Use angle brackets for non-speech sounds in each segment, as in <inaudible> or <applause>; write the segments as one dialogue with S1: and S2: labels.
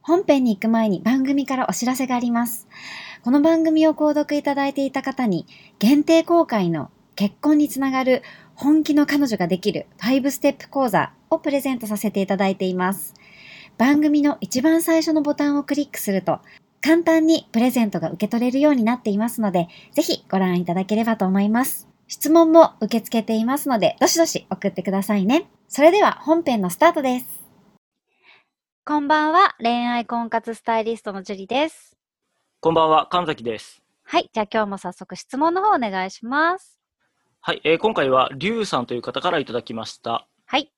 S1: 本編に行く前に番組からお知らせがありますこの番組を購読いただいていた方に限定公開の結婚につながる本気の彼女ができる5ステップ講座をプレゼントさせていただいています。番組の一番最初のボタンをクリックすると簡単にプレゼントが受け取れるようになっていますので、ぜひご覧いただければと思います。質問も受け付けていますので、どしどし送ってくださいね。それでは本編のスタートです。こんばんは、恋愛婚活スタイリストのジュリです。
S2: こんばんは、神崎です。
S1: はい、じゃあ今日も早速質問の方お願いします。
S2: はい、えー今回は、りゅうさんという方からいただきました。
S1: はい、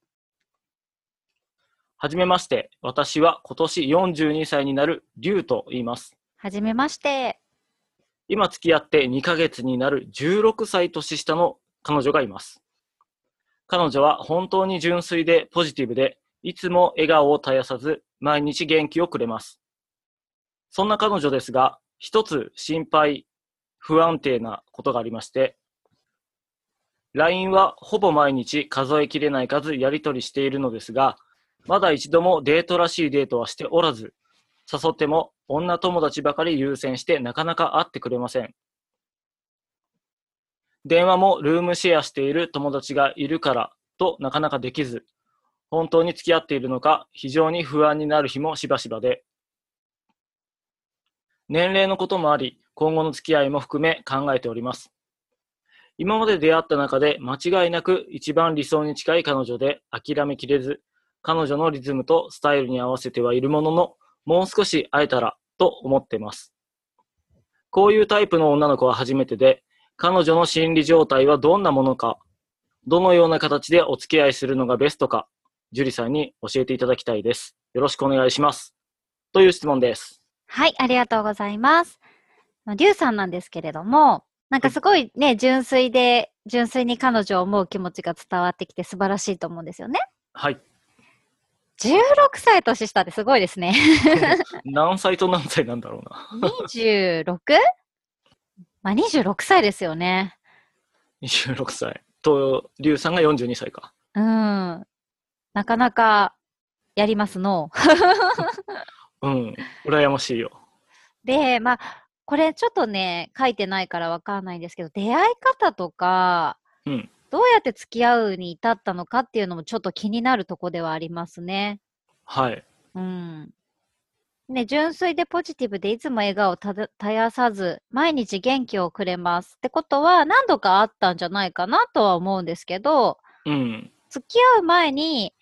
S2: はじめまして、私は今年42歳になるりゅうと言います。
S1: はじめまして。
S2: 今付き合って2ヶ月になる16歳年下の彼女がいます。彼女は本当に純粋でポジティブで、いつも笑顔を絶やさず、毎日元気をくれます。そんな彼女ですが、一つ心配、不安定なことがありまして、LINE はほぼ毎日数えきれない数やり取りしているのですが、まだ一度もデートらしいデートはしておらず、誘っても女友達ばかり優先してなかなか会ってくれません。電話もルームシェアしている友達がいるからとなかなかできず、本当に付き合っているのか非常に不安になる日もしばしばで、年齢のこともあり、今後の付き合いも含め考えております。今まで出会った中で間違いなく一番理想に近い彼女で諦めきれず、彼女のリズムとスタイルに合わせてはいるものの、もう少し会えたらと思ってます。こういうタイプの女の子は初めてで、彼女の心理状態はどんなものか、どのような形でお付き合いするのがベストか、樹里さんに教えていただきたいです。よろしくお願いします。という質問です。
S1: はい、ありがとうございます。あのリュウさんなんですけれども、なんかすごいね、純粋で、純粋に彼女を思う気持ちが伝わってきて素晴らしいと思うんですよね。
S2: はい。
S1: 16歳年下ってすごいですね。
S2: 何歳と何歳なんだろうな。
S1: 26? まあ、26歳ですよね。
S2: 26歳。と、リュウさんが42歳か。
S1: うん。なかなかやりますのう。
S2: うん。羨ましいよ。
S1: で、まあ、これちょっとね、書いてないからわかんないんですけど、出会い方とか、
S2: うん
S1: どうやって付き合うに至ったのかっていうのもちょっと気になるとこではありますね。
S2: はい。
S1: うん。ね、純粋でポジティブでいつも笑顔をただ絶やさず、毎日元気をくれますってことは何度かあったんじゃないかなとは思うんですけど、
S2: うん。
S1: 付き合う前に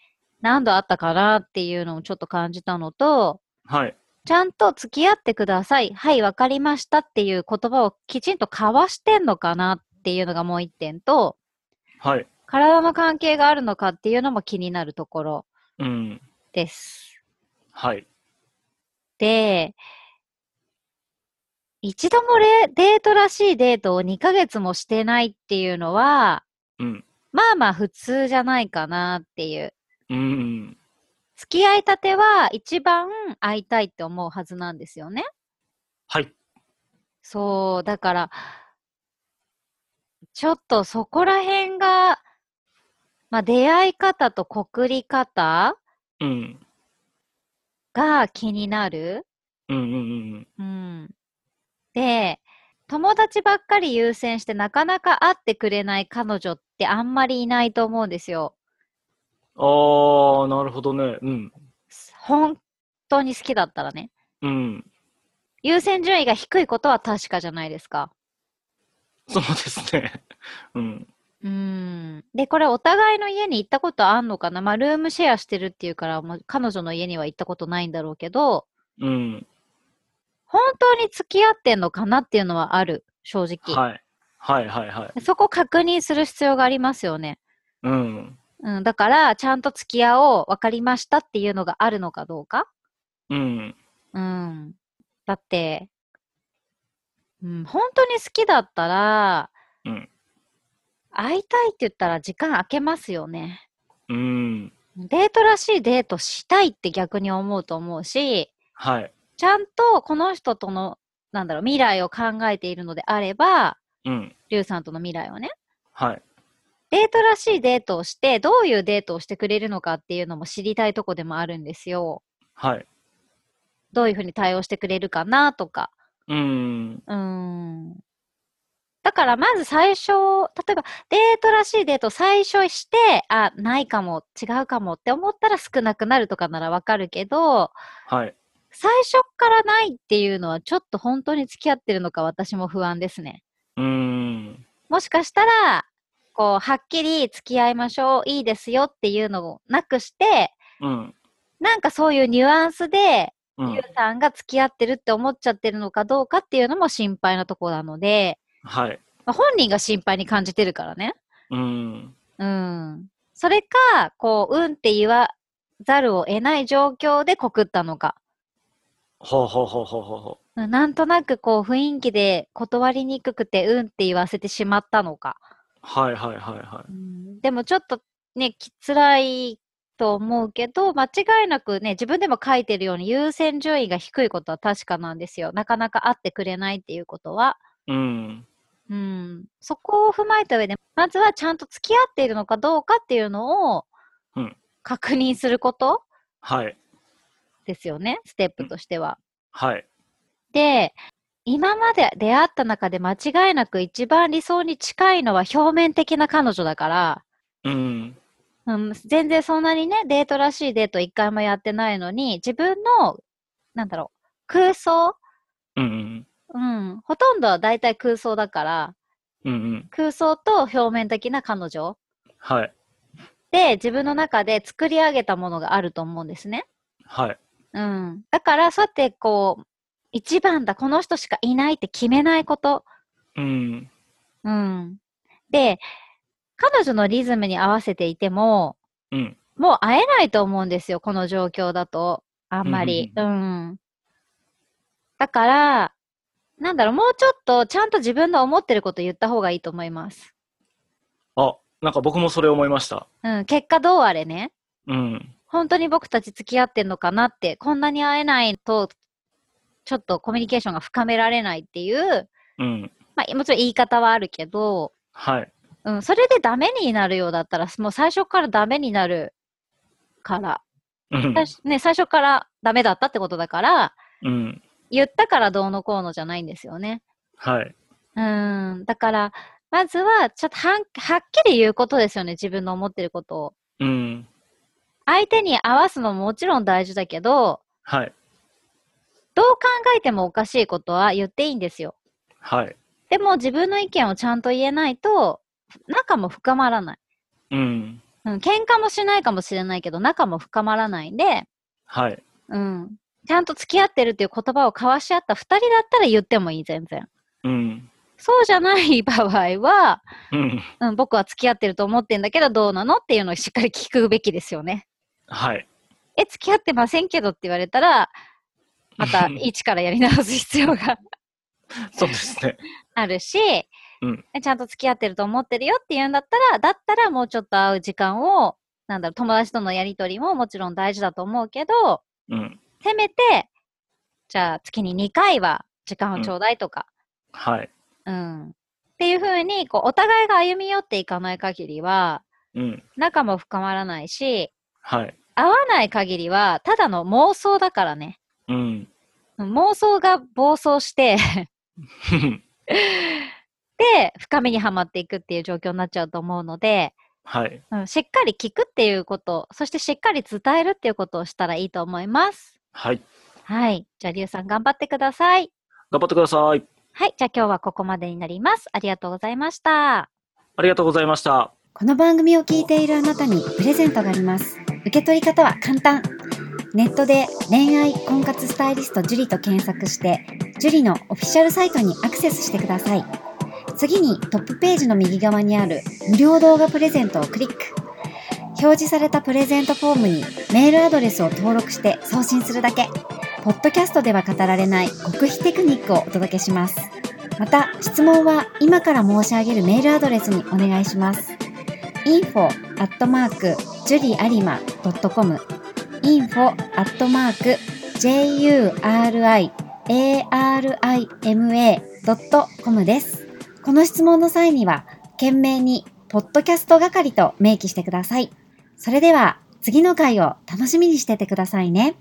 S1: 何度あったかなっていうのをちょっと感じたのと、
S2: はい。
S1: ちゃんと付き合ってください。はい、わかりましたっていう言葉をきちんと交わしてんのかなっていうのがもう一点と、
S2: はい。
S1: 体の関係があるのかっていうのも気になるところ
S2: うん。
S1: です。
S2: はい。
S1: で、一度もレデートらしいデートを2ヶ月もしてないっていうのは、
S2: うん。
S1: まあまあ普通じゃないかなっていう。
S2: うん。
S1: 付き合いたては一番会いたいって思うはずなんですよね。
S2: はい。
S1: そう、だから、ちょっとそこら辺が、まあ、出会い方と告り方
S2: うん。
S1: が気になる。
S2: うんうんうんうん。
S1: うん。で、友達ばっかり優先してなかなか会ってくれない彼女ってあんまりいないと思うんですよ。
S2: ああ、なるほどね。うん。
S1: 本当に好きだったらね。
S2: うん。
S1: 優先順位が低いことは確かじゃないですか。
S2: <laughs> そうですね。うん。
S1: うん。で、これお互いの家に行ったことあんのかなまあ、ルームシェアしてるっていうから、もう彼女の家には行ったことないんだろうけど、
S2: うん。
S1: 本当に付き合ってんのかなっていうのはある、正直。
S2: はい。はいはいはい。
S1: そこ確認する必要がありますよね。
S2: うん。
S1: うん、だから、ちゃんと付き合おう、分かりましたっていうのがあるのかどうか。
S2: うん。
S1: うん。だって、うん、本当に好きだったら、
S2: うん
S1: 会いたいって言ったら時間空けますよね。
S2: うん。
S1: デートらしいデートしたいって逆に思うと思うし、
S2: はい。
S1: ちゃんとこの人との、なんだろう、未来を考えているのであれば、
S2: うん。
S1: リュウさんとの未来をね、
S2: はい。
S1: デートらしいデートをして、どういうデートをしてくれるのかっていうのも知りたいとこでもあるんですよ。
S2: はい。
S1: どういうふうに対応してくれるかなとか。
S2: うん。
S1: うーん。だからまず最初、例えばデートらしいデート最初して、あ、ないかも、違うかもって思ったら少なくなるとかならわかるけど、
S2: はい。
S1: 最初からないっていうのはちょっと本当に付き合ってるのか私も不安ですね。
S2: うん。
S1: もしかしたら、こう、はっきり付き合いましょう、いいですよっていうのをなくして、
S2: うん。
S1: なんかそういうニュアンスで、
S2: う。
S1: ゆうんさんが付き合ってるって思っちゃってるのかどうかっていうのも心配なとこなので、
S2: はい。
S1: まあ、本人が心配に感じてるからね。
S2: うん。
S1: うん。それか、こう、うんって言わざるを得ない状況で告ったのか。
S2: ほうほうほうほうほうほ
S1: うんなんとなくこう雰囲気で断りにくくてうんって言わせてしまったのか。
S2: う。はいはいはいは
S1: うんでもちょっとね、き辛いと思うけど、間違いなくね、自分でも書いてるように優先順位が低いことは確かなんですよ。なかなか会ってくれないっていうことは。
S2: い。うん。
S1: うん、そこを踏まえた上で、まずはちゃんと付き合っているのかどうかっていうのを
S2: うん
S1: 確認すること
S2: はい。
S1: ですよね、ステップとしては。
S2: はい。
S1: で、今まで出会った中で間違いなく一番理想に近いのは表面的な彼女だから、
S2: うん。
S1: うん、全然そんなにね、デートらしいデート一回もやってないのに、自分の、なんだろう、空想、
S2: うん。
S1: うん、ほとんどは大体空想だから、
S2: うん。うん。
S1: 空想と表面的な彼女
S2: はい。
S1: で自分の中で作り上げたものがあると思うんですね。
S2: はい。
S1: うん、だからそうやってこう一番だこの人しかいないって決めないこと。
S2: うん。
S1: うん、で彼女のリズムに合わせていても
S2: うん。
S1: もう会えないと思うんですよこの状況だとあんまり。
S2: う
S1: うん、だからなんだろうもうちょっとちゃんと自分の思ってること言った方がいいと思います。
S2: あ、なんか僕もそれ思いました。
S1: うん、結果どうあれね。
S2: うん。
S1: 本当に僕たち付き合ってんのかなって、こんなに会えないと、ちょっとコミュニケーションが深められないっていう、
S2: うん。
S1: まあ、もちろん言い方はあるけど、
S2: はい。
S1: うん、それでダメになるようだったら、もう最初からダメになるから、
S2: うん。
S1: 最初ね、最初からダメだったってことだから、
S2: うん。
S1: 言ったからどうのこうのじゃないんですよね。
S2: はい。
S1: うん、だから、まずは、ちょっとはんはっきり言うことですよね、自分の思ってることを。
S2: うん。
S1: 相手に合わすのももちろん大事だけど、
S2: はい。
S1: どう考えてもおかしいことは言っていいんですよ。
S2: はい。
S1: でも自分の意見をちゃんと言えないと、仲も深まらない。
S2: うん。
S1: うん、喧嘩もしないかもしれないけど、仲も深まらないんで、
S2: はい。
S1: うん。ちゃんと付き合ってるっていう言葉を交わし合った二人だったら言ってもいい、全然。
S2: うん。
S1: そうじゃない場合は、 <laughs>
S2: うん。
S1: うん、僕は付き合ってると思ってんだけどどうなのっていうのをしっかり聞くべきですよね。
S2: はい。
S1: え、付き合ってませんけどって言われたら、また一からやり直す必要が
S2: そうですね。
S1: あるし、
S2: うん
S1: ちゃんと付き合ってると思ってるよって言うんだったら、だったらもうちょっと会う時間を、なんだろう、友達とのやりとりももちろん大事だと思うけど、
S2: うん。
S1: せめて、じゃあ月に2回は時間をちょうだいとか、
S2: はい。
S1: うん。っていう風に、こう、お互いが歩み寄っていかない限りは、
S2: うん。
S1: 仲も深まらないし、
S2: はい。
S1: 会わない限りは、ただの妄想だからね。
S2: うん。
S1: 妄想が暴走して、 <laughs> で、深みにはまっていくっていう状況になっちゃうと思うので、
S2: はい。
S1: うん、しっかり聞くっていうこと、そしてしっかり伝えるっていうことをしたらいいと思います。
S2: はい。
S1: はい。じゃあ、りゅうさん頑張ってください。
S2: 頑張ってくださ
S1: は
S2: い。
S1: い。じゃあ、今日はここまでになります。ありがとうございました。
S2: ありがとうございました。
S1: この番組を聞いているあなたにプレゼントがあります。受け取り方は簡単。ネットで恋愛婚活スタイリスト樹と検索して、樹のオフィシャルサイトにアクセスしてください。次にトップページの右側にある無料動画プレゼントをクリック。表示されたプレゼントフォームにメールアドレスを登録して送信するだけ。ポッドキャストでは語られない極秘テクニックをお届けします。また、質問は今から申し上げるメールアドレスにお願いします。info アットマーク juriarima.com info アットマーク juriarima.com です。この質問の際には、件名に、ポッドキャスト係と明記してください。それでは、次の回を楽しみにしててくださいね。